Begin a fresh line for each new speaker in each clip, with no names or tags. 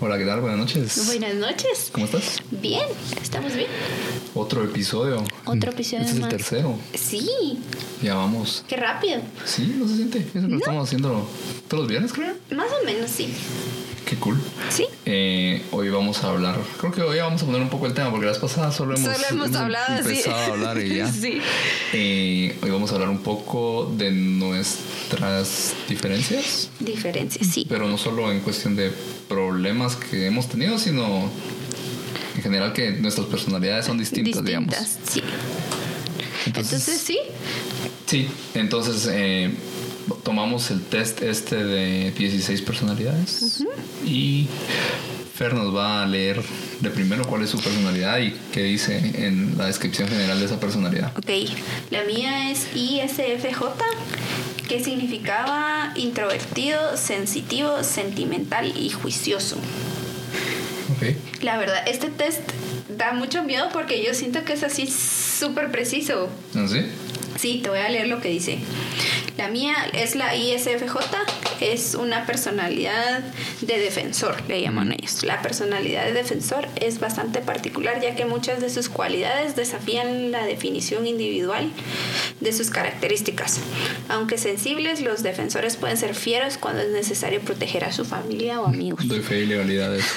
Hola, ¿qué tal? Buenas noches.
Buenas noches.
¿Cómo estás?
Bien, estamos bien.
Otro episodio.
Otro episodio
Este es
más.
el tercero.
Sí,
Ya vamos.
qué rápido.
Sí, no se siente. Eso que lo estamos haciendo todos los viernes, creo.
Más o menos sí.
Qué cool.
Sí.
Eh, hoy vamos a hablar. Creo que hoy vamos a poner un poco el tema porque las pasadas solo hemos,
Solo hemos hablado así.
empezado a hablar y ya.
Sí.
Eh, hoy vamos a hablar un poco de nuestras diferencias,
Diferencias, sí.
pero no solo en cuestión de problemas que hemos tenido, sino en general que nuestras personalidades son distintas, digamos.
sí. Entonces sí.
Sí, entonces eh, tomamos el test este de 16 personalidades y Fer nos va a leer de primero cuál es su personalidad y qué dice en la descripción general de esa personalidad.
Ok, la mía es ISFJ, que significaba introvertido, sensitivo, sentimental y juicioso.
Ok.
La verdad, este test da mucho miedo porque yo siento que es así súper preciso.
¿Así?
Sí, te voy a leer lo que dice. La mía es la ISFJ, es una personalidad de defensor, le llaman ellos. La personalidad de defensor es bastante particular ya que muchas de sus cualidades desafían la definición individual de sus características. Aunque sensibles, los defensores pueden ser fieros cuando es necesario proteger a su familia o amigos.
Doy fe y legalidad a eso.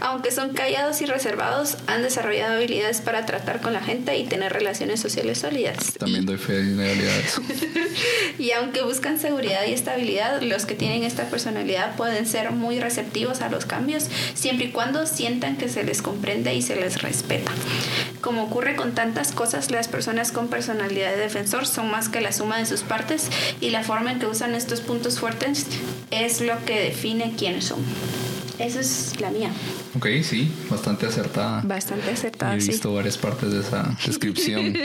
Aunque son callados y reservados, han desarrollado habilidades para tratar con la gente y tener relaciones sociales sólidas.
También doy fe y legalidad a eso.
Y aunque buscan seguridad y estabilidad, los que tienen esta personalidad pueden ser muy receptivos a los cambios, siempre y cuando sientan que se les comprende y se les respeta. Como ocurre con tantas cosas, las personas con personalidad de defensor son más que la suma de sus partes y la forma en que usan estos puntos fuertes es lo que define quiénes son. Esa es la mía.
Ok, sí, bastante acertada.
Bastante acertada,
He
sí.
visto varias partes de esa descripción.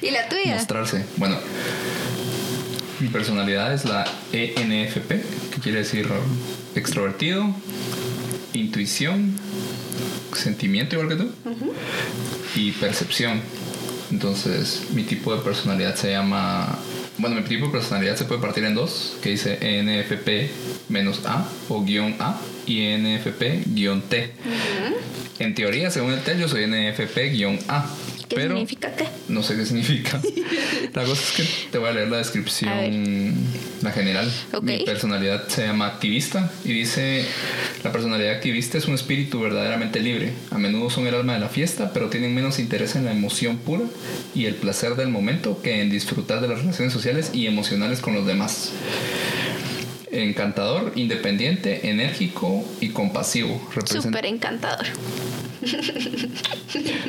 ¿Y la tuya?
mostrarse. Bueno, mi personalidad es la E ENFP, que quiere decir extrovertido, intuición, sentimiento igual que tú, y percepción. Entonces, mi tipo de personalidad se llama... Bueno, mi tipo de personalidad se puede partir en dos, que dice E ENFP-A o guión A y E ENFP-T. En teoría, según el test, yo soy E ENFP-A.
¿Qué
pero
significa qué?
no sé qué significa. La cosa es que te voy a leer la
A
descripción, la general.
Ok.
Mi personalidad se llama activista y dice, la personalidad activista es un espíritu verdaderamente libre. A menudo son el alma de la fiesta, pero tienen menos interés en la emoción pura y el placer del momento que en disfrutar de las relaciones sociales y emocionales con los demás. Encantador, independiente, enérgico y compasivo. Representa-
Súper encantador.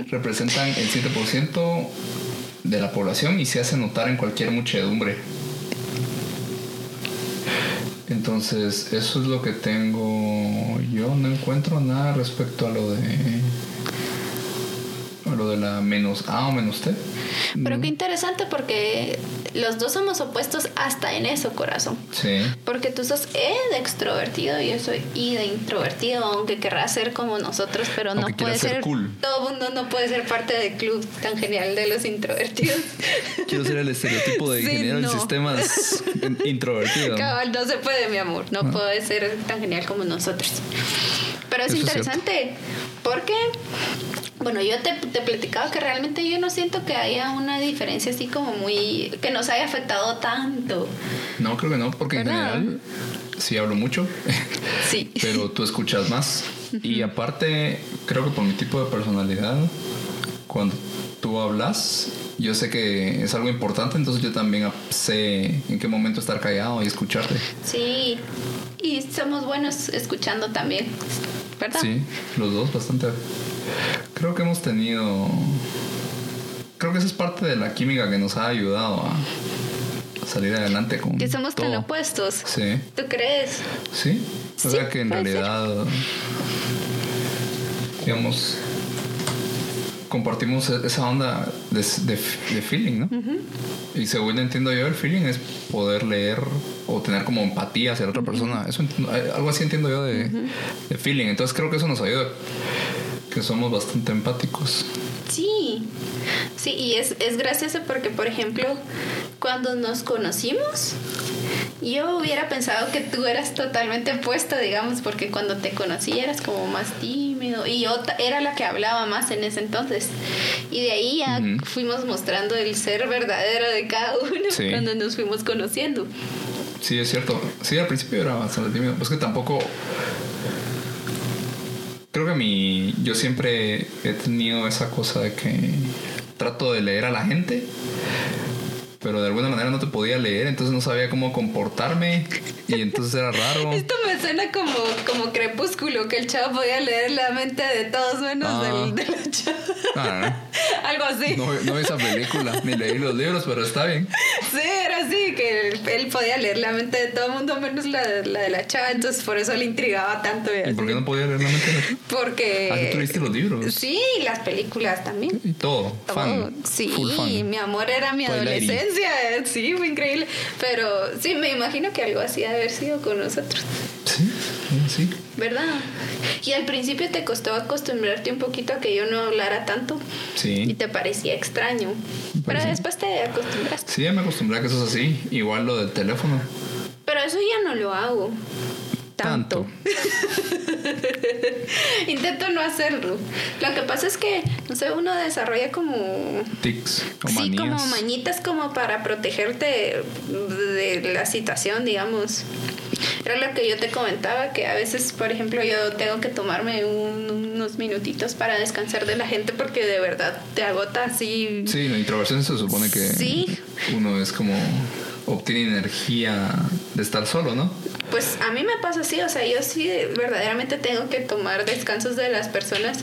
representan el 7% de la población y se hace notar en cualquier muchedumbre. Entonces, eso es lo que tengo. Yo no encuentro nada respecto a lo de. a lo de la menos A o menos T.
Pero qué interesante porque los dos somos opuestos hasta en eso, corazón.
Sí.
Porque tú sos E de extrovertido y yo soy I de introvertido, aunque querrás ser como nosotros, pero no
Aunque
puede
quieras ser
ser.
cool.
Todo mundo no puede ser parte del club tan genial de los introvertidos.
Quiero ser el estereotipo
de Sí, ingeniero en no.
sistemas introvertido.
Cabal, no se puede, mi amor. No, puede ser tan genial como nosotros. Pero es
Eso es
interesante porque, bueno, yo te, te platicaba que realmente yo no siento que haya una diferencia así como muy. que nos haya afectado tanto.
No, creo que no, porque en
¿Verdad?
general sí hablo mucho.
Sí.
pero tú escuchas más. Y aparte, creo que por mi tipo de personalidad, cuando tú hablas, yo sé que es algo importante, entonces yo también ap- sé en qué momento estar callado y escucharte.
Sí. Y somos buenos escuchando también. ¿Verdad?
Sí, los dos bastante. Creo que hemos tenido... Creo que esa es parte de la química que nos ha ayudado a a salir adelante con...
Que somos tan
todo.
opuestos.
Sí,
¿Tú crees?
sí. O
Sí,
sea que en
puede ser.
realidad, digamos, compartimos e- esa onda de, de- de feeling, ¿no? Y según entiendo yo, el feeling es poder leer o tener como empatía hacia la otra persona. Eso ent- algo así entiendo yo de, de feeling. Entonces creo que eso nos ayuda. Que somos bastante empáticos.
Sí. Sí, y es, es gracioso porque, por ejemplo, cuando nos conocimos, Yo hubiera pensado que tú eras totalmente opuesto, digamos, porque cuando te conocí eras como más tímido y yo ta- era la que hablaba más en ese entonces. Y de ahí ya
Ujú.
fuimos mostrando el ser verdadero de cada uno
Sí.
cuando nos fuimos conociendo.
Sí, es cierto. Sí, al principio era bastante tímido. Pues que tampoco. Creo que mi. Yo siempre he tenido esa cosa de que trato de leer a la gente. Pero de alguna manera no te podía leer, entonces no sabía cómo comportarme. Y entonces era raro.
Esto me suena como, como crepúsculo, que el chavo podía leer la mente de todos menos
Ah.
del, de la chava.
Ah,
Algo así.
no, no vi esa película, ni leí los libros, pero está bien.
Sí, era así, que él, él podía leer la mente de todo el mundo menos la, de- la de la chava, entonces por eso le intrigaba tanto. y
¿Y
así.
por qué no podía leer la mente? de la gente? Ah, tú
Porque...
leíste los libros.
Eh, Sí, y las películas también.
Y todo.
Todo.
Fan.
sí,
Full fan.
mi amor era mi
Twilighty.
adolescencia, eh, sí, fue increíble. Pero sí, me imagino que algo así ha de haber sido con nosotros,
Sí, sí.
¿verdad? Y al principio te costó acostumbrarte un poquito a que yo no hablara tanto
Sí.
y te parecía extraño. Pero
parecía.
después te acostumbraste.
Sí, ya me acostumbré a que eso es así. Igual lo del teléfono.
Pero eso ya no lo hago. Tanto. Intento no hacerlo. Lo que pasa es que, no sé, uno desarrolla como...
Tics o
sí,
manías.
como mañitas como para protegerte de la situación, digamos. Era lo que yo te comentaba, que a veces, por ejemplo, yo tengo que tomarme un- unos minutitos para descansar de la gente porque de verdad te agota así.
Sí, la introversión se supone que
Sí.
uno es como obtiene energía de estar solo, ¿no?
Pues a mí me pasa así, o sea, yo sí verdaderamente tengo que tomar descansos de las personas,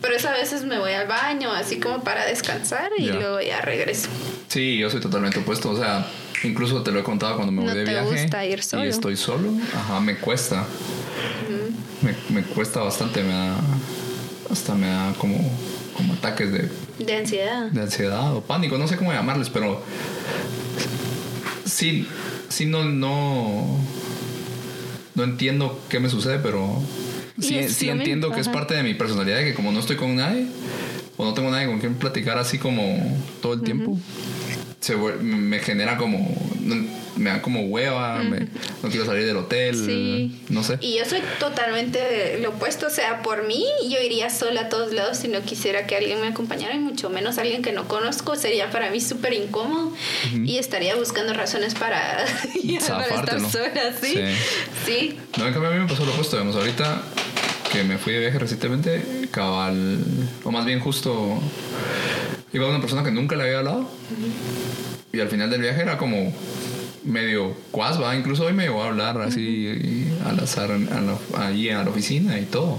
pero eso a veces me voy al baño, así como para descansar y
Ya.
luego ya regreso.
Sí, yo soy totalmente opuesto. O sea, incluso te lo he contado cuando me
No
voy de
te
viaje.
gusta ir solo.
Y estoy solo. Ajá, me cuesta. me, me cuesta bastante. Me da. Hasta me da como, como ataques de
De ansiedad.
de ansiedad o pánico, no sé cómo llamarles, pero sí, sí no, no, no entiendo qué me sucede, pero
Y
sí,
es
sí
lo mismo,
entiendo que es
ajá.
parte de mi personalidad, que como no estoy con nadie o no tengo nadie con quien platicar así como todo el tiempo, se vuel- me genera como, no- me da como hueva, me- no quiero salir del hotel,
Sí.
no sé.
Y yo soy totalmente lo opuesto, o sea, por mí yo iría sola a todos lados si no quisiera que alguien me acompañara y mucho menos alguien que no conozco, sería para mí súper incómodo y estaría buscando razones para, para estar
Zafártelo.
sola, ¿sí? Sí,
No, en cambio a mí me pasó lo opuesto, digamos, ahorita que me fui de viaje recientemente, cabal, o más bien justo, iba a una persona que nunca le había hablado y al final del viaje era como medio cuas, va, incluso hoy me llegó a hablar así al azar en- a la- ahí a la oficina y todo.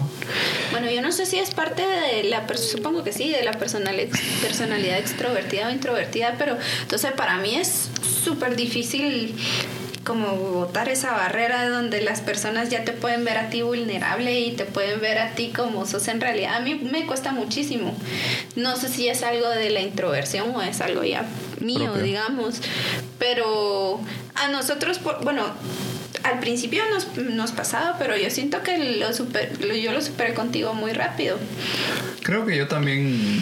Bueno, yo no sé si es parte de la, pers- supongo que sí, de la personal ex- personalidad extrovertida o introvertida, pero entonces para mí es súper difícil como botar esa barrera donde las personas ya te pueden ver a ti vulnerable y te pueden ver a ti como sos en realidad. A mí me cuesta muchísimo. No sé si es algo de la introversión o es algo ya mío,
Propio.
digamos, pero a nosotros, por- bueno, al principio nos, nos pasaba, pero yo siento que lo super, lo- yo lo superé contigo muy rápido.
Creo que yo también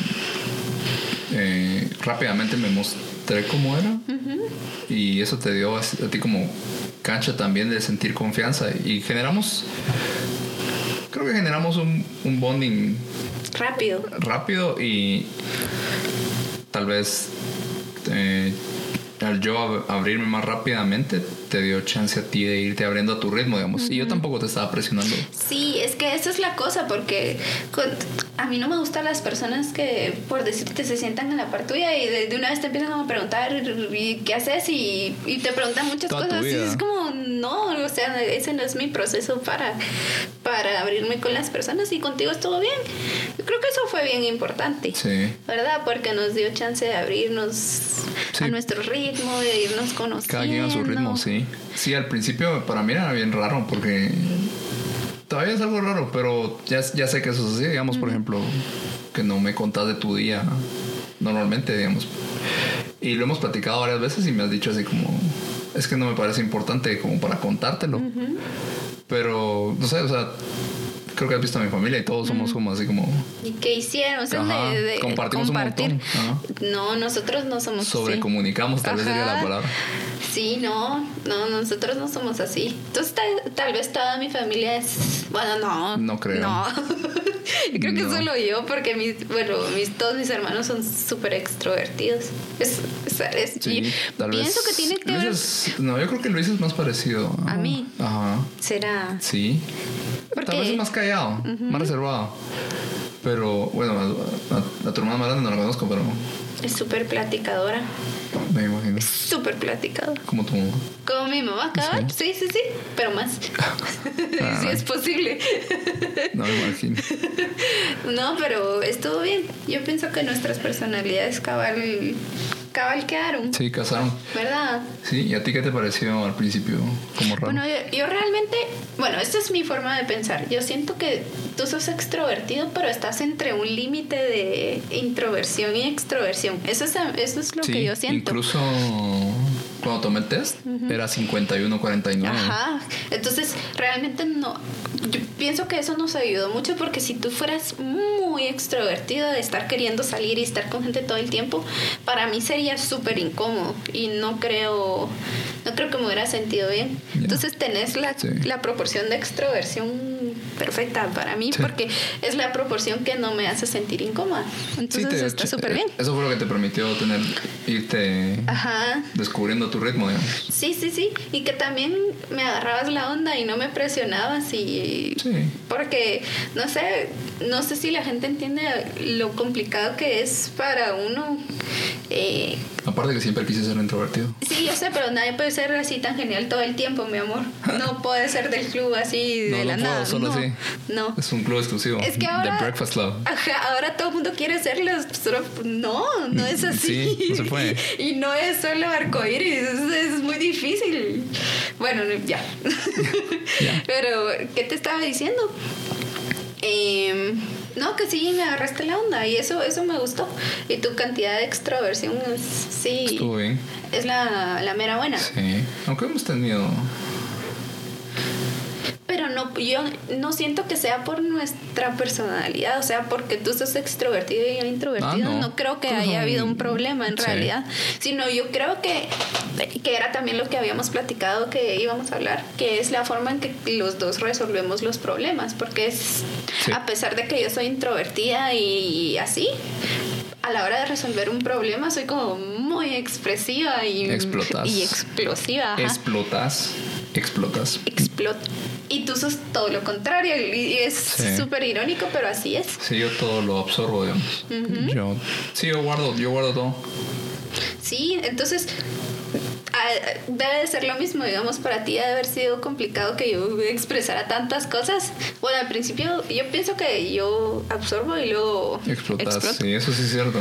eh, rápidamente me mostré cómo era y eso te dio a, a ti como cancha también de sentir confianza y generamos, creo que generamos un, un bonding
Rápido.
rápido y tal vez eh, al yo ab- abrirme más rápidamente te dio chance a ti de irte abriendo a tu ritmo, digamos. Y yo tampoco te estaba presionando.
Sí, es que esa es la cosa, porque con- a mí no me gustan las personas que, por decirte, se sientan en la par tuya y de, de una vez te empiezan a preguntar ¿y qué haces y, y te preguntan muchas
Toda tu
cosas. Y
vida.
es como, no, o sea, ese no es mi proceso para, para abrirme con las personas y contigo estuvo bien. Yo creo que eso fue bien importante.
Sí.
¿Verdad? Porque nos dio chance de abrirnos a nuestro ritmo, de irnos conociendo.
Cada quien a su ritmo, sí. Sí, al principio para mí era bien raro porque todavía es algo raro, pero ya, ya sé que eso es así. Digamos, por ejemplo, que no me contás de tu día normalmente, digamos. Y lo hemos platicado varias veces y me has dicho así como, es que no me parece importante como para contártelo. Pero, no sé, o sea, creo que has visto a mi familia y todos somos como así como
¿Y qué hicieron? O sea,
Ajá,
de, de
compartimos un
compartir.
montón, ajá.
No, nosotros no somos así.
sobrecomunicamos, tal vez sería la
Ajá.
palabra.
Sí, no, no, nosotros no somos así. Entonces tal, tal vez toda mi familia es... Bueno, no.
No creo.
No. Yo creo que
No.
solo yo, porque mis, bueno, mis, todos mis hermanos son súper extrovertidos. Es, es, es-
Sí,
yo
tal
pienso
vez.
que tiene que
Luis
ver...
es- no, yo creo que Luis es más parecido.
¿A mí?
Ajá.
Será...
Sí.
¿Por
Tal
qué?
vez es más callado, más reservado. Pero bueno, a, a- a tu hermana más grande no la conozco, pero
Es súper platicadora.
me imagino.
Súper platicadora.
Como tu
Como mi mamá cabal. Sí, sí, sí. Pero más.
Ah,
sí, es posible.
No me imagino.
No, pero estuvo bien. Yo pienso que nuestras personalidades cabal, cabal quedaron,
Sí, casaron.
¿verdad?
Sí, ¿y a ti qué te pareció al principio? Como raro.
Bueno, yo, yo realmente, bueno, esta es mi forma de pensar. Yo siento que tú sos extrovertido, pero estás entre un límite de introversión y extroversión. Eso es, eso es lo
sí,
que yo siento.
Incluso cuando tomé el test, era 51-49.
Ajá. Entonces, realmente no. Yo pienso que eso nos ayudó mucho porque si tú fueras muy extrovertido de estar queriendo salir y estar con gente todo el tiempo, para mí sería súper incómodo y no creo. No creo que me hubiera sentido bien.
Ya.
Entonces tenés la,
Sí.
la proporción de extroversión perfecta para mí
Sí.
porque es la proporción que no me hace sentir incómoda.
Sí,
Entonces
te- eh,
está súper bien.
Eso fue lo que te permitió tener, irte
Ajá.
descubriendo tu ritmo, digamos.
Sí, sí, sí. Y que también me agarrabas la onda y no me presionabas y...
Sí.
Porque, no sé, no sé si la gente entiende lo complicado que es para uno. Eh,
Aparte que siempre quise ser introvertido.
sí, yo sé, pero nadie puede ser así tan genial todo el tiempo, mi amor. No puede ser del club así de
No, no
la
puedo,
nada.
solo
no,
así.
no.
Es un club exclusivo.
Es que ahora...
The Breakfast Club.
Ajá, ahora todo el mundo quiere serlo. solo- No, no es así.
Sí, no se puede.
Y no es solo arcoíris, es, es muy difícil. Bueno, no, ya.
Ya.
Pero, ¿qué te estaba diciendo? Em, no, que sí, me agarraste la onda y eso, eso me gustó. Y tu cantidad de extroversión, es- sí,
Estuvo bien.
es la, la mera buena.
Sí. Aunque hemos tenido...
Pero no, yo no siento que sea por nuestra personalidad, o sea, porque tú sos extrovertido y yo introvertido.
Ah, no.
no. creo que
Creo que
haya
son-
habido un problema en
Sí.
realidad, sino yo creo que, que era también lo que habíamos platicado que íbamos a hablar, que es la forma en que los dos resolvemos los problemas, porque es,
Sí.
a pesar de que yo soy introvertida y así, a la hora de resolver un problema soy como muy expresiva y,
Explotas.
y explosiva. ajá
Explotas. Explotas.
explota. Y tú sos todo lo contrario. Y es
Sí.
súper irónico, pero así es.
Sí, yo todo lo absorbo, digamos. Yo... Sí, yo guardo, yo guardo todo.
Sí, entonces a- debe de ser lo mismo, digamos, para ti debe haber sido complicado que yo expresara tantas cosas. Bueno, al principio yo pienso que yo absorbo y luego
Explotas.
exploto.
Sí, eso sí es cierto.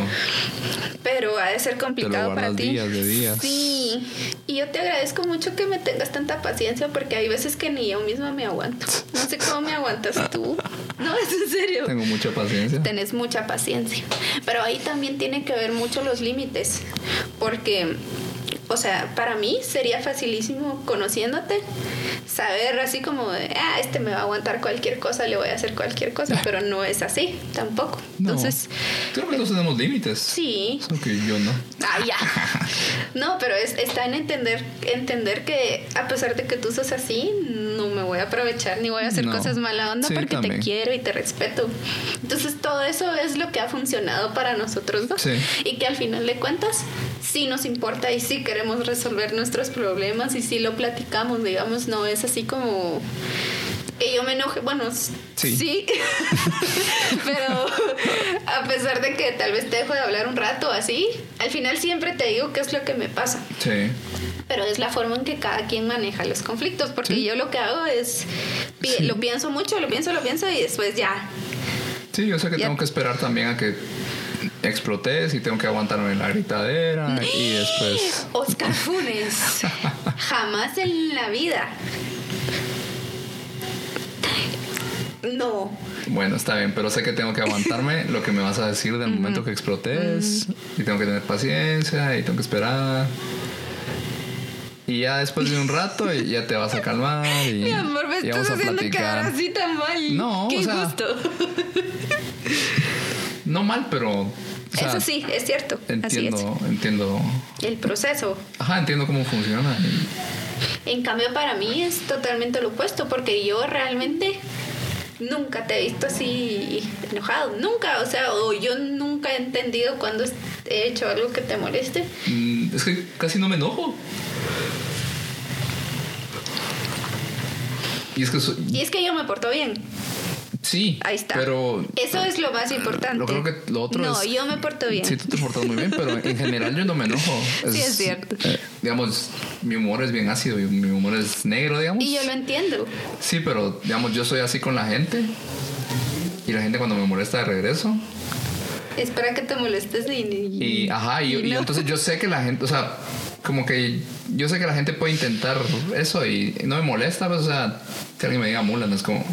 Pero ha de ser complicado para
guardas
ti.
días de días.
Sí. Y yo te agradezco mucho que me tengas tanta paciencia porque hay veces que ni yo misma me aguanto. No sé cómo me aguantas tú. No, es en serio.
Tengo mucha paciencia.
tenés mucha paciencia. Pero ahí también tiene que ver mucho los límites, porque, o sea, para mí sería facilísimo conociéndote, saber así como, de, ah, este me va a aguantar cualquier cosa, le voy a hacer cualquier cosa, pero no es así tampoco.
No.
Entonces,
Creo que todos tenemos límites.
sí,
Solo que yo no.
Ah, ya. No, pero es, está en entender, entender que a pesar de que tú sos así, no me voy a aprovechar ni voy a hacer
No.
cosas mala onda
Sí,
porque
también.
te quiero y te respeto. Entonces todo eso es lo que ha funcionado para nosotros dos.
Sí.
Y que al final de cuentas sí nos importa y sí queremos resolver nuestros problemas y sí lo platicamos, digamos, no es así como que yo me enoje, bueno, s-
Sí.
sí. Pero a pesar de que tal vez te dejo de hablar un rato así, al final siempre te digo qué es lo que me pasa.
Sí.
Pero es la forma en que cada quien maneja los conflictos, porque
Sí.
yo lo que hago es pi-
Sí.
lo pienso mucho, lo pienso, lo pienso y después ya.
Sí, yo sé que
Ya.
tengo que esperar también a que explotes y tengo que aguantarme la gritadera y después...
Oscar Funes, jamás en la vida. No,
Bueno, está bien, pero sé que tengo que aguantarme lo que me vas a decir del momento que explotes y tengo que tener paciencia y tengo que esperar. Y ya después de un rato y ya te vas a calmar y,
mi amor, me
y
estás haciendo quedar así tan mal.
No,
Qué
o sea,
injusto.
No mal, pero O sea,
Eso sí, es cierto. Así
Entiendo, entiendo.
es. El proceso.
Ajá, entiendo cómo funciona.
En cambio, para mí es totalmente lo opuesto, porque yo realmente nunca te he visto así enojado, nunca, o sea, o yo nunca he entendido cuando he hecho algo que te moleste.
Mm, Es que casi no me enojo. Y es que so-
Y es que yo me porto bien.
sí,
Ahí está.
pero ah,
Eso es lo más importante.
lo creo que lo otro
no,
es-
yo me porto bien.
Sí, tú te portas muy bien, pero en general yo no me enojo.
Sí, es cierto.
eh, digamos, mi humor es bien ácido, y mi humor es negro, digamos.
Y yo lo entiendo.
Sí, pero digamos, yo soy así con la gente. Y la gente cuando me molesta de regreso.
Espera que te molestes y,
Y ajá, y, y
no.
entonces yo sé que la gente, o sea, como que yo sé que la gente puede intentar eso y no me molesta, pues, o sea, si alguien me diga mula, no es como.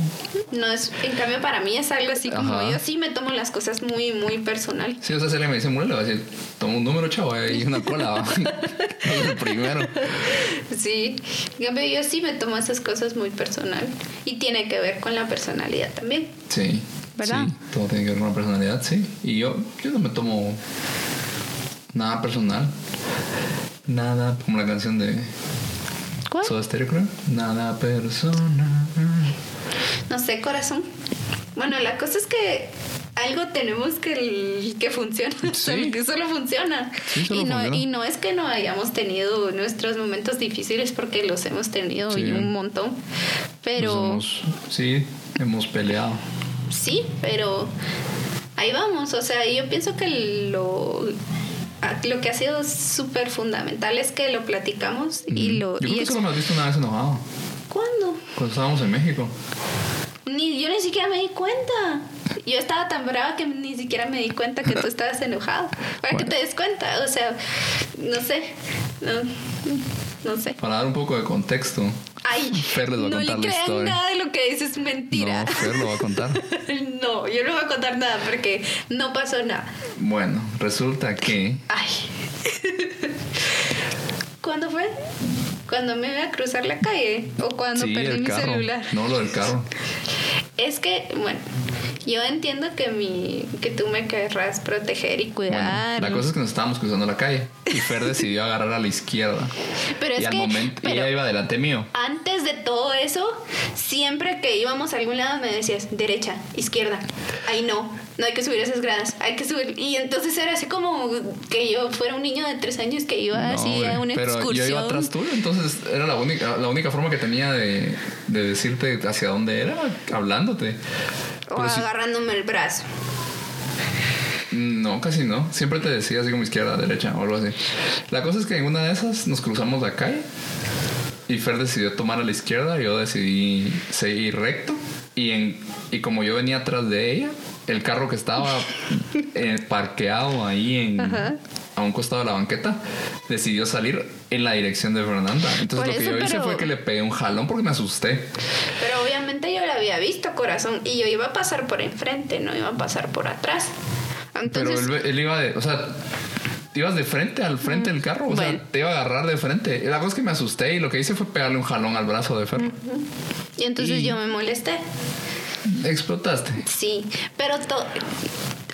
No es, en cambio para mí es algo así como
Ajá.
yo sí me tomo las cosas muy muy personal.
Sí, o sea, si alguien me dice mula, le voy a decir, toma un número, chavo, y una cola. va". Es el primero.
Sí, en cambio yo sí me tomo esas cosas muy personal y tiene que ver con la personalidad también.
Sí.
¿Verdad?
Sí, todo tiene que ver con la personalidad, sí. Y yo, yo no me tomo nada personal. Nada, como la canción de
¿Cuál?
Soda Stereo, creo. Nada personal.
No sé, corazón. Bueno, la cosa es que algo tenemos que, que funciona,
Sí.
que solo funciona.
Sí, solo
y, no,
funciona.
y no es que no hayamos tenido nuestros momentos difíciles porque los hemos tenido
Sí.
y un montón, pero...
Nos hemos- sí, hemos peleado.
Sí, pero ahí vamos. O sea, yo pienso que lo, a- lo que ha sido súper fundamental es que lo platicamos y
Mm, Yo
lo...
creo
y
que
ex-
solo me has visto una vez enojado.
¿Cuándo?
Cuando estábamos en México.
Ni, yo ni siquiera me di cuenta. Yo estaba tan brava que ni siquiera me di cuenta que tú estabas enojado. Para
Bueno.
que te des cuenta. O sea, no sé. No, no sé.
Para dar un poco de contexto.
Ay,
Fer les va a
no le
contar la
crean
historia.
nada de lo que dices, mentira.
No, Fer lo va a contar.
no, yo no voy a contar nada porque no pasó nada.
Bueno, resulta que.
Ay. ¿Cuándo fue? Cuando me iba a cruzar la calle o cuando
sí,
Ah, perdí
el
mi
carro.
celular.
No, lo del carro.
Es que, bueno, yo entiendo que mi que tú me querrás proteger y cuidar.
Bueno, la cosa es que nos estábamos cruzando la calle y Fer decidió agarrar a la izquierda.
Pero
y
es
al
que-
momento
pero-
ella iba delante mío.
Antes de todo eso, siempre que íbamos a algún lado me decías derecha, izquierda. Ahí no, no hay que subir esas gradas, hay que subir. Y entonces era así como que yo fuera un niño de tres años que iba
No,
así
hombre,
a Ah, una
pero
excursión.
yo iba atrás tuyo, entonces era la única, la única forma que tenía de, de decirte hacia dónde era, hablándote.
o
Pero sí-
agarrándome el brazo.
No, casi no. Siempre te decía así como izquierda, derecha o algo así. La cosa es que en una de esas nos cruzamos la calle y Fer decidió tomar a la izquierda. Yo decidí seguir recto y, en, y como yo venía atrás de ella, el carro que estaba eh, parqueado ahí en,
Ajá.
a un costado de la banqueta decidió salir en la dirección de Fernanda. Entonces
Por
lo que
eso,
yo hice
pero-
fue que le pegué un jalón porque me asusté.
Pero obviamente yo la había visto, corazón, y yo iba a pasar por enfrente, no iba a pasar por atrás. Entonces,
Pero él, él iba de. O sea, ibas de frente al frente del carro. O
Bueno.
sea, te iba a agarrar de frente. La cosa es que me asusté y lo que hice fue pegarle un jalón al brazo de Fer.
y entonces
y-
yo me molesté.
Explotaste.
Sí, pero to-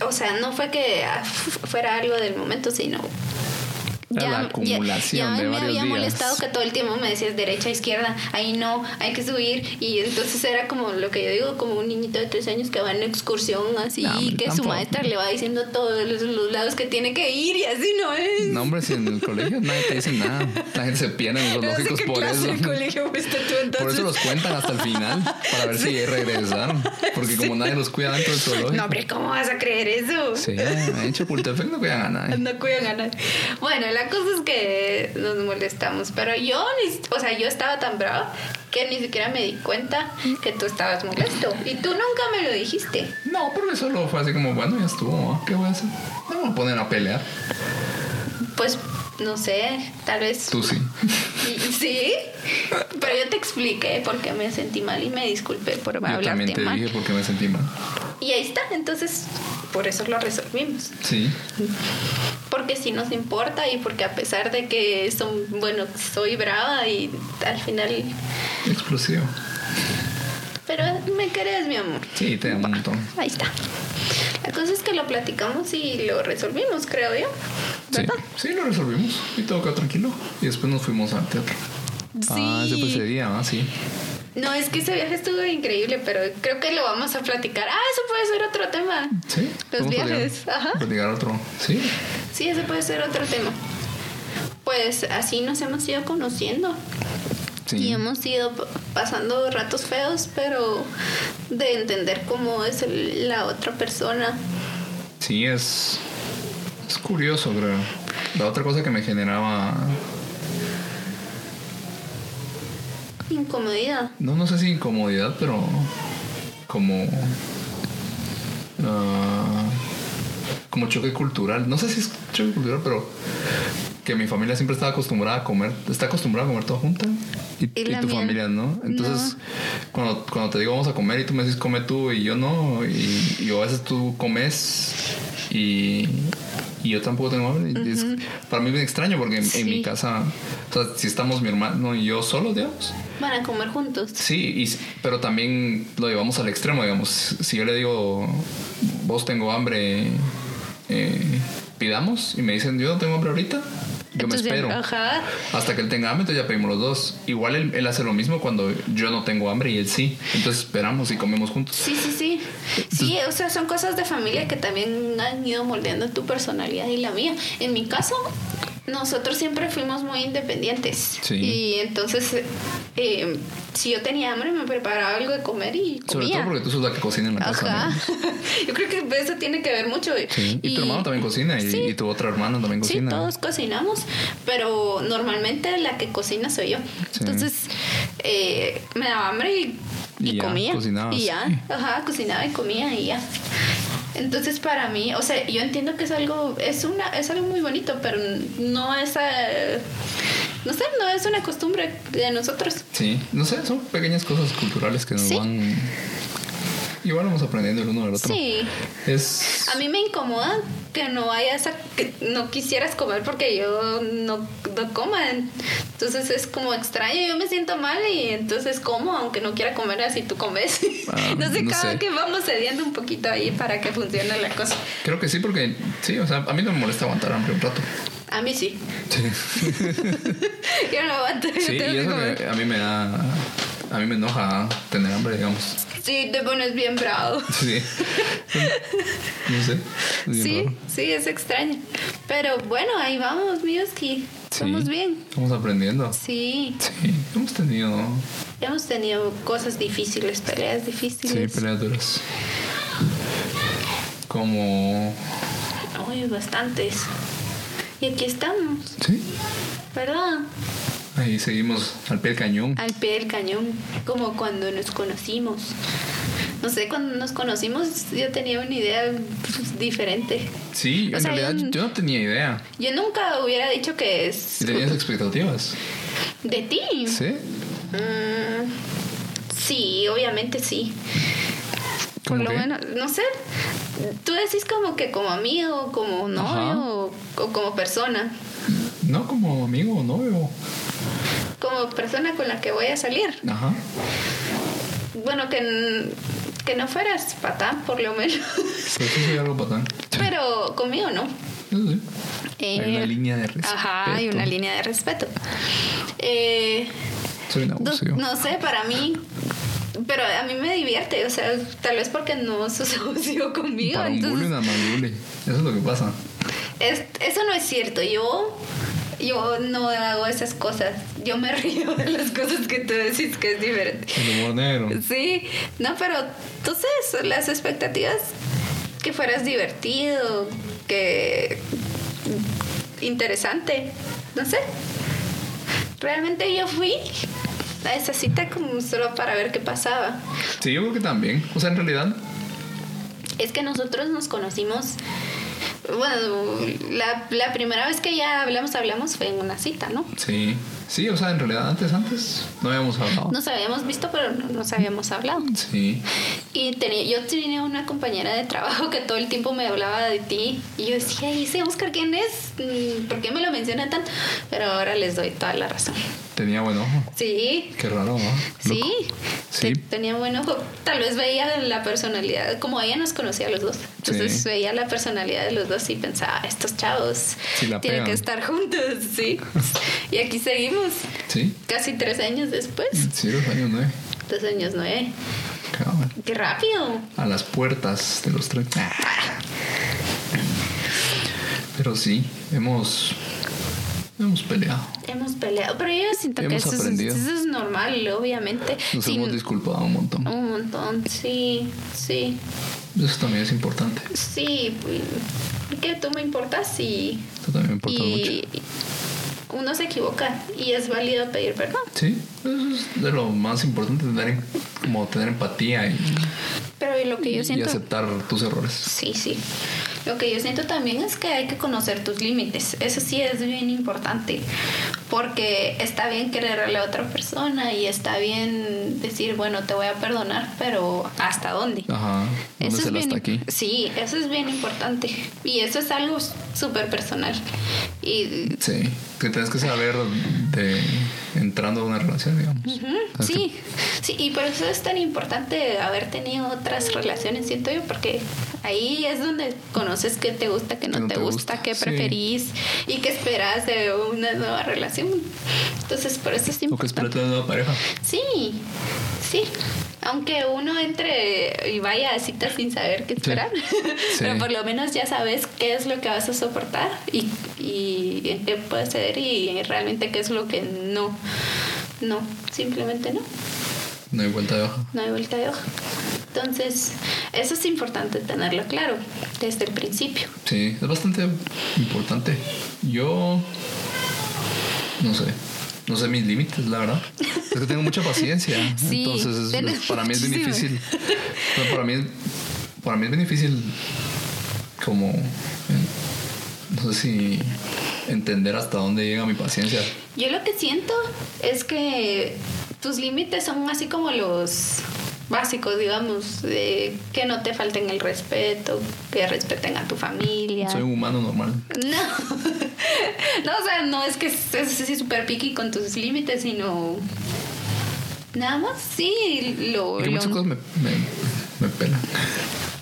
o sea, no fue que ah, fu- fuera algo del momento, sino
Era la acumulación de
me
varios
había
días.
molestado que todo el tiempo me decías derecha, izquierda, ahí no, hay que subir. Y entonces era como lo que yo digo, como un niñito de tres años que va en excursión así,
No, hombre,
que su
tampoco.
maestra le va diciendo todos los, los lados que tiene que ir y así no es.
No, hombre, si en el colegio nadie te dice nada. La gente se pierde en los
No sé
lógicos
qué
por
clase
eso.
de colegio fuiste tú entonces.
Por eso los cuentan hasta el final, para ver si regresaron. Porque como nadie los cuida dentro del zoológico.
No, hombre, ¿cómo vas a creer eso?
Sí, en Chapultepec no cuidan a nadie.
No cuidan a nadie. Bueno, la cosa es que nos molestamos, pero yo, ni- o sea, yo estaba tan brava que ni siquiera me di cuenta que tú estabas molesto. Y tú nunca me lo dijiste.
No, porque solo fue así como, bueno, ya estuvo. ¿ah? ¿Qué voy a hacer? No me voy a poner a pelear.
Pues, no sé, tal vez...
Tú sí.
Sí, pero yo te expliqué por qué me sentí mal y me disculpé por
Yo también
hablarte
te
mal.
dije porque me sentí mal.
Y ahí está, entonces, por eso lo resolvimos.
Sí.
porque sí nos importa y porque a pesar de que son, bueno, soy brava y al final
Explosivo.
Pero me querés, mi amor.
Sí, te da un montón.
Ahí está. La cosa es que lo platicamos y lo resolvimos, creo yo.
Sí,
¿Verdad?
sí, lo resolvimos y todo quedó tranquilo. Y después nos fuimos al teatro. Ah, ese fue ese día, ah, sí.
No, es que ese viaje estuvo increíble, pero creo que lo vamos a platicar. Ah, eso puede ser otro tema.
Sí.
Los
podemos
viajes,
platicar-
ajá.
Platicar otro. Sí.
Sí, ese puede ser otro tema. Pues así nos hemos ido conociendo
Sí.
y hemos ido p- pasando ratos feos, pero de entender cómo es el- la otra persona.
Sí, es. Es curioso, creo. La otra cosa que me generaba.
Incomodidad.
No, no sé si incomodidad, pero. Como. ah, como choque cultural. No sé si es choque cultural, pero. Que mi familia siempre estaba acostumbrada a comer. Está acostumbrada a comer toda junta. Y,
Y
y
la
tu
mía.
familia, ¿no? Entonces, Cuando, cuando te digo vamos a comer y tú me dices come tú y yo no. Y, y a veces tú comes y. y yo tampoco tengo hambre. Y es- para mí es bien extraño porque en, en mi
Sí.
casa, o sea, si estamos mi hermano y yo solos, digamos,
Van a comer juntos.
Sí, y s- pero también lo llevamos al extremo, digamos. Si yo le digo, vos tengo hambre, eh, pidamos, y me dicen, yo no tengo hambre ahorita, yo
Entonces,
me espero.
Ajá.
Hasta que él tenga hambre, entonces ya pedimos los dos. Igual él, él hace lo mismo cuando yo no tengo hambre y él sí. Entonces esperamos y comemos juntos.
Sí, sí, sí. Sí, o sea, son cosas de familia que también han ido moldeando tu personalidad y la mía. En mi caso, nosotros siempre fuimos muy independientes.
Sí.
Y entonces, eh, eh, si yo tenía hambre, me preparaba algo de comer y
Sobre
comía.
todo porque tú sos la que cocina en la casa.
Ajá.
¿no?
Yo creo que eso tiene que ver mucho.
Sí. Y, tu hermano también cocina y,
Sí.
y tu otra hermana también
Sí,
cocina.
todos cocinamos, pero normalmente la que cocina soy yo.
Sí.
Entonces, eh, me daba hambre y,
Y
y
ya,
comía.
cocinabas.
Y ya, ajá, cocinaba y comía y ya. Entonces para mí, o sea, yo entiendo que es algo, es una, es algo muy bonito, pero no es, eh, no sé, no es una costumbre de nosotros.
Sí, no sé, son pequeñas cosas culturales que nos
Sí.
van. Igual vamos aprendiendo el uno del otro.
Sí,
Es.
A mí me incomoda que no vayas a, que no quisieras comer porque yo no, no coma. Entonces es como extraño, yo me siento mal y entonces como, aunque no quiera comer así tú comes.
Ah,
no sé,
no
cada
sé.
que vamos cediendo un poquito ahí para que funcione la cosa.
Creo que sí, porque sí, o sea, a mí no me molesta aguantar hambre un rato.
A mí sí.
Sí,
Yo no aguanto, yo
y
tengo que
eso
comer.
que a mí me da. A mí me enoja tener hambre, digamos.
Sí, te pones bien bravo.
Sí. No sé. es bien
Sí,
raro.
sí, es extraño. Pero bueno, ahí vamos, Miyoski.
Sí.
Estamos bien.
Estamos aprendiendo.
Sí,
Sí, hemos tenido.
hemos tenido cosas difíciles, peleas
Sí,
difíciles.
peleas duras. Como.
Uy, bastantes. Y aquí estamos,
Sí.
¿verdad?
Ahí seguimos al pie del cañón.
Al pie del cañón, como cuando nos conocimos. No sé, cuando nos conocimos yo tenía una idea pues, diferente.
Sí,
O
en
sea,
realidad
en-
yo no tenía idea.
Yo nunca hubiera dicho que es
Y tenías expectativas.
de ti.
Sí.
Mm, sí, obviamente sí. Por
¿Cómo
lo
qué?
menos, no sé. Tú decís como que como amigo, como
Ajá.
novio o- o como persona.
No como amigo o novio.
Como persona con la que voy a salir.
Ajá.
Bueno, que, n- que no fueras patán, por lo menos.
Pero sí soy algo patán.
Pero conmigo no.
Eso sí. hay
Eh,
una línea de respeto.
Ajá, hay una línea de respeto. Eh,
Soy un
no,
abusivo.
no sé, para mí. Pero a mí me divierte, o sea, tal vez porque no sos abusivo conmigo.
Para un bully,
entonces,
una mandule. Eso es lo que pasa.
es- eso no es cierto. Yo, yo no hago esas cosas. Yo me río de las cosas que tú decís que es diferente.
El humor negro.
Sí, no, pero entonces las expectativas que fueras divertido, que interesante, no sé. Realmente yo fui a esa cita como solo para ver qué pasaba.
Sí, yo creo que también. O sea, en realidad,
Es que nosotros nos conocimos, bueno, la, la primera vez que ya hablamos, hablamos fue en una cita, ¿no?
sí. Sí, o sea, en realidad antes, antes no habíamos hablado.
Nos habíamos visto, pero no nos habíamos hablado.
Sí.
Y tenía, yo tenía una compañera de trabajo que todo el tiempo me hablaba de ti. Y yo decía, ¿y ese Oscar quién es? Mm, ¿Por qué me lo menciona tanto? Pero ahora les doy toda la razón.
Tenía buen ojo.
Sí,
Qué raro, ¿no?
sí.
Loco. Sí.
Te- Tenía buen ojo. Tal vez veía la personalidad, como ella nos conocía a los dos. Entonces
Sí.
veía la personalidad de los dos y pensaba, estos chavos
Sí la
tienen
pegan.
que estar juntos, sí. y aquí seguimos,
Sí.
casi tres años después,
Sí, los años nueve.
dos años nueve.
Cabal.
¡Qué rápido!
A las puertas de los trenes. Pero sí, hemos. Hemos peleado.
Hemos peleado, pero yo siento
Hemos
que eso es,
aprendido.
eso es normal, obviamente.
Nos
Sí,
hemos disculpado un montón.
un montón, sí, sí,
Eso también es importante.
sí. pues, ¿Qué tú me importas? Sí.
Eso también me importa mucho.
y uno se equivoca y es válido pedir perdón.
Sí, eso es de lo más importante, tener, como tener empatía y,
Pero lo que yo
y
siento...
aceptar tus errores.
Sí, sí. Lo que yo siento también es que hay que conocer tus límites. Eso sí es bien importante. Porque está bien querer a la otra persona y está bien decir, bueno, te voy a perdonar, pero ¿hasta dónde?
Ajá, no
Eso
me
es
se
bien
hasta
imp-
aquí.
Sí, eso es bien importante. Y eso es algo s- súper personal. Y
Sí, que tienes que saber de entrando a una relación, digamos.
Ujú,
Tienes que-
Sí, sí, y por eso es tan importante haber tenido otras relaciones, siento yo, porque ahí es donde conoces qué te gusta, qué no, te, gusta, qué
sí.
preferís y qué esperas de una nueva relación. Entonces, por eso es
o que esperar
importante.
de una nueva pareja.
Sí, sí. Aunque uno entre y vaya a citas sin saber qué esperar, pero por lo menos ya sabes qué es lo que vas a soportar y, y en qué puedes ceder y realmente qué es lo que no. No, simplemente no.
No hay vuelta de hoja.
No hay vuelta de hoja. Entonces, eso es importante tenerlo claro desde el principio.
Sí, es bastante importante. Yo no sé. No sé mis límites, la verdad. Es que tengo mucha paciencia.
Sí,
entonces es-
tienes
para mí es bien
muchísima.
difícil. o sea, para mí es, para mí es bien difícil como en- no sé si entender hasta dónde llega mi paciencia.
Yo lo que siento es que tus límites son así como los básicos, digamos, de que no te falten el respeto, que respeten a tu familia.
Soy un humano normal.
No, no, o sea, no es que estés así súper piqui con tus límites, sino nada más, sí, lo...
Y que
lo-
muchas cosas me, me, me pelan.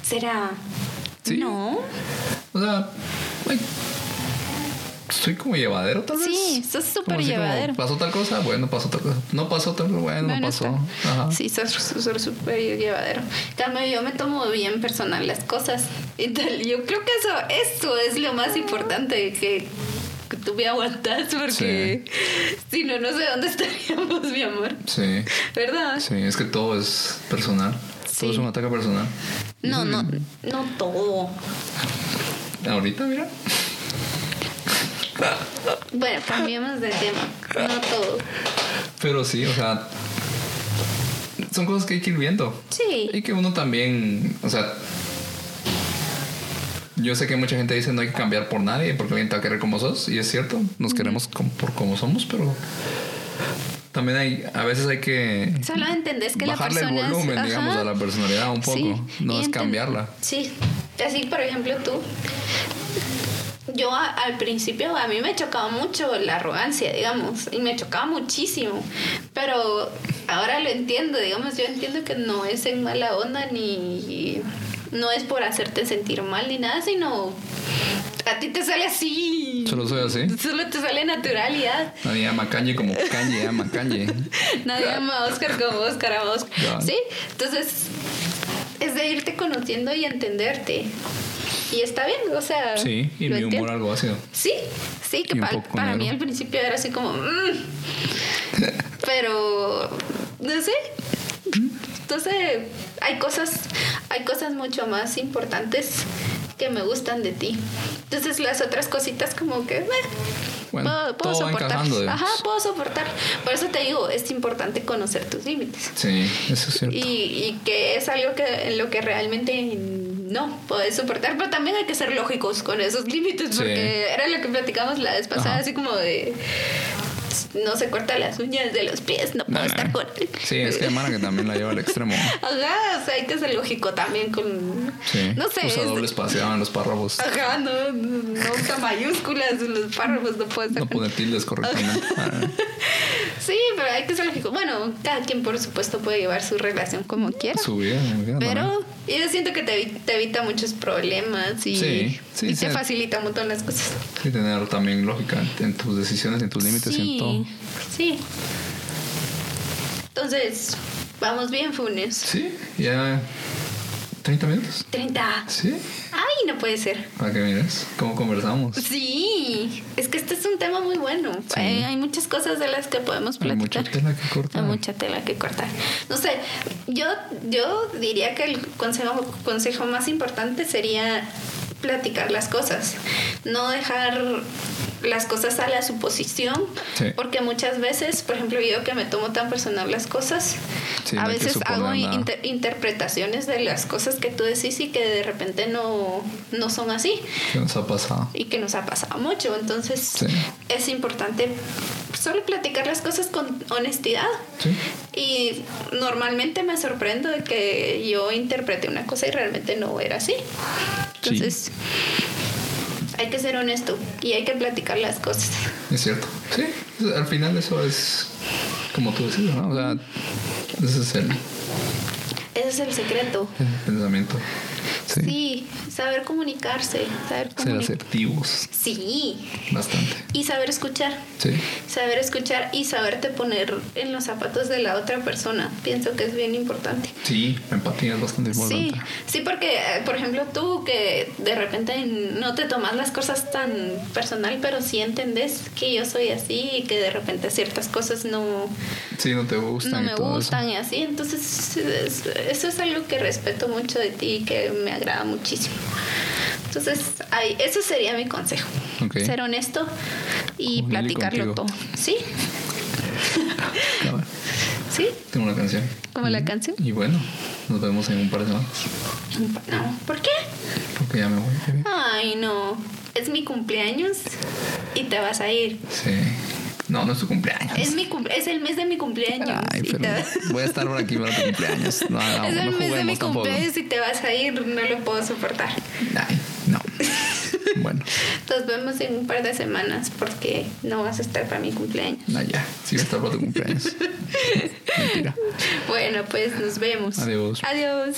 Será...
Sí.
No,
O sea, ay, soy como llevadero tal vez.
Sí, sos súper
Como así como,
llevadero.
Pasó tal cosa, bueno, pasó tal cosa. No pasó tal cosa, bueno, no
Bueno,
pasó.
está.
Ajá.
Sí, sos súper súper llevadero. En Cambio, yo me tomo bien personal las cosas. Y tal. Yo creo que eso, eso es lo más importante que que tú me aguantas porque si no, no sé dónde estaríamos, mi amor.
Sí.
¿Verdad?
Sí, es que todo es personal.
Sí.
Todo es un ataque personal.
No, no,
Mm.
no todo.
Ahorita, mira.
Bueno, cambiemos de tema. No todo.
Pero sí, o sea, son cosas que hay que ir viendo. Y
Sí.
que uno también, o sea, yo sé que mucha gente dice no hay que cambiar por nadie porque alguien te va a querer como sos, y es cierto, nos queremos com- por como somos, pero también hay, a veces hay que
Solo entendés que
bajarle
la
el
persona es-
volumen, digamos,
Ajá.
a la personalidad un poco,
Sí,
no
y
es
enten-
cambiarla.
Sí, así por ejemplo tú. Yo a- al principio a mí me chocaba mucho la arrogancia, digamos, y me chocaba muchísimo, pero ahora lo entiendo, digamos, yo entiendo que no es en mala onda ni no es por hacerte sentir mal ni nada, sino a ti te sale así.
Solo soy así.
Solo te sale naturalidad.
Nadie ama Kanye como Kanye ama Kanye.
Nadie ama a Oscar como Oscar ama a Oscar.
Claro.
Sí, entonces es de irte conociendo y entenderte. Y está bien, o sea.
Sí, y
lo
mi humor
entiendo.
algo ácido.
Sí, sí, que
Y un
pa-
poco
para
negro.
mí al principio era así como. "Mm". Pero. No sé. Entonces, hay cosas, hay cosas mucho más importantes que me gustan de ti. Entonces, las otras cositas, como que. "Meh"
Bueno,
puedo, puedo
todo va
soportar.
encajando. digamos.
Ajá, puedo soportar. Por eso te digo, es importante conocer tus límites.
Sí, eso es cierto.
Y, y que es algo que en lo que realmente no puedes soportar. Pero también hay que ser lógicos con esos límites,
Sí.
porque era lo que platicamos la vez pasada,
Ajá.
así como de no se corta las uñas de los pies, no puedo
Nah.
estar con él.
Sí, es que hay Mara que también la lleva al extremo.
Ajá, o sea, hay que ser lógico también con...
Sí.
No sé.
Usa
es-
doble espaciado en los párrafos.
Ajá, no, no usa mayúsculas en los párrafos, no puede estar
No poner tildes correctamente. Ah,
Sí, pero hay que ser lógico. Bueno, cada quien, por supuesto, puede llevar su relación como quiera.
Su vida, muy bien, normal.
Pero yo siento que te, evi- te evita muchos problemas y,
Sí, sí,
y
sí.
te facilita un montón las cosas.
Y tener también lógica en- en tus decisiones, en tus límites, y en todo.
sí, sí. Entonces, vamos bien, Funes.
Sí, ya 30 minutos.
30.
Sí,
Ay, no puede ser.
para que mires cómo conversamos.
Sí, es que este es un tema muy bueno.
Sí.
Hay, hay muchas cosas de las que podemos
Hay mucha
platicar.
tela que cortar.
Hay mucha tela que cortar. No sé, yo, yo diría que el consejo, consejo más importante sería platicar las cosas, no dejar las cosas a la suposición,
Sí.
porque muchas veces, por ejemplo, yo que me tomo tan personal las cosas,
Sí,
a
no hay que
veces
suponer
hago
nada.
inter- interpretaciones de las cosas que tú decís y que de repente no, no son así
¿Qué nos ha pasado?
y que nos ha pasado mucho. Entonces
Sí.
es importante solo platicar las cosas con honestidad.
Sí.
Y normalmente me sorprendo de que yo interpreté una cosa y realmente no era así. Entonces hay que ser honesto y hay que platicar las cosas.
Es cierto. Sí, al final eso es como tú decías, ¿no? O sea, ese es el,
Ese es el secreto.
el pensamiento. Sí.
Sí, saber comunicarse, saber
Ser
comunicar.
asertivos
Sí,
bastante.
y saber escuchar.
Sí.
Saber escuchar y saberte poner en los zapatos de la otra persona. Pienso que es bien importante.
Sí, la empatía es bastante
Sí,
importante.
sí, porque eh, por ejemplo tú que de repente no te tomas las cosas tan personal, pero sí entendés que yo soy así y que de repente ciertas cosas no,
Sí, no te gustan.
no
y
me
todo eso.
gustan y así. Entonces es- eso es algo que respeto mucho de ti y que me agrada muchísimo. Entonces ahí, ese sería mi consejo.
Ok.
Ser honesto
Como
y
Lili
platicarlo
contigo.
todo. Sí,
Cabal.
sí,
Tengo una canción.
como la canción.
Y bueno, nos vemos en un par de semanas.
No, ¿por qué?
Porque ya me voy. bebé.
Ay, no. Es mi cumpleaños y te vas a ir.
Sí. No, no es tu cumpleaños.
Es, mi cumple- es el mes de mi cumpleaños.
Ay,
y
pero
te va-
voy a estar por aquí para tu cumpleaños. No, no,
es
no
el mes de mi
juguemos tampoco.
cumpleaños y te vas a ir. No lo puedo soportar.
Ay, no. Bueno,
Nos vemos en un par de semanas porque no vas a estar para mi cumpleaños.
no, ya. Sí, voy a estar para tu cumpleaños. Mentira.
Bueno, pues nos vemos.
Adiós.
Adiós.